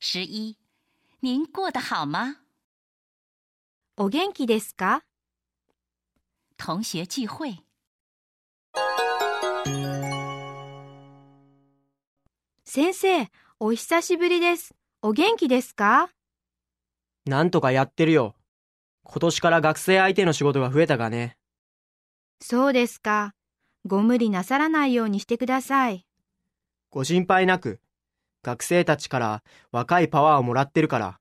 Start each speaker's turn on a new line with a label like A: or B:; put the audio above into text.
A: 十一，您过得好吗？
B: お元気ですか
A: 同学聚会，
B: 先生、お久しぶりです。お元気ですか
C: なんとかやってるよ。今年から学生相手の仕事が増えたがね。
B: そうですか。ご無理なさらないようにしてください。
C: ご心配なく。学生たちから若いパワーをもらってるから。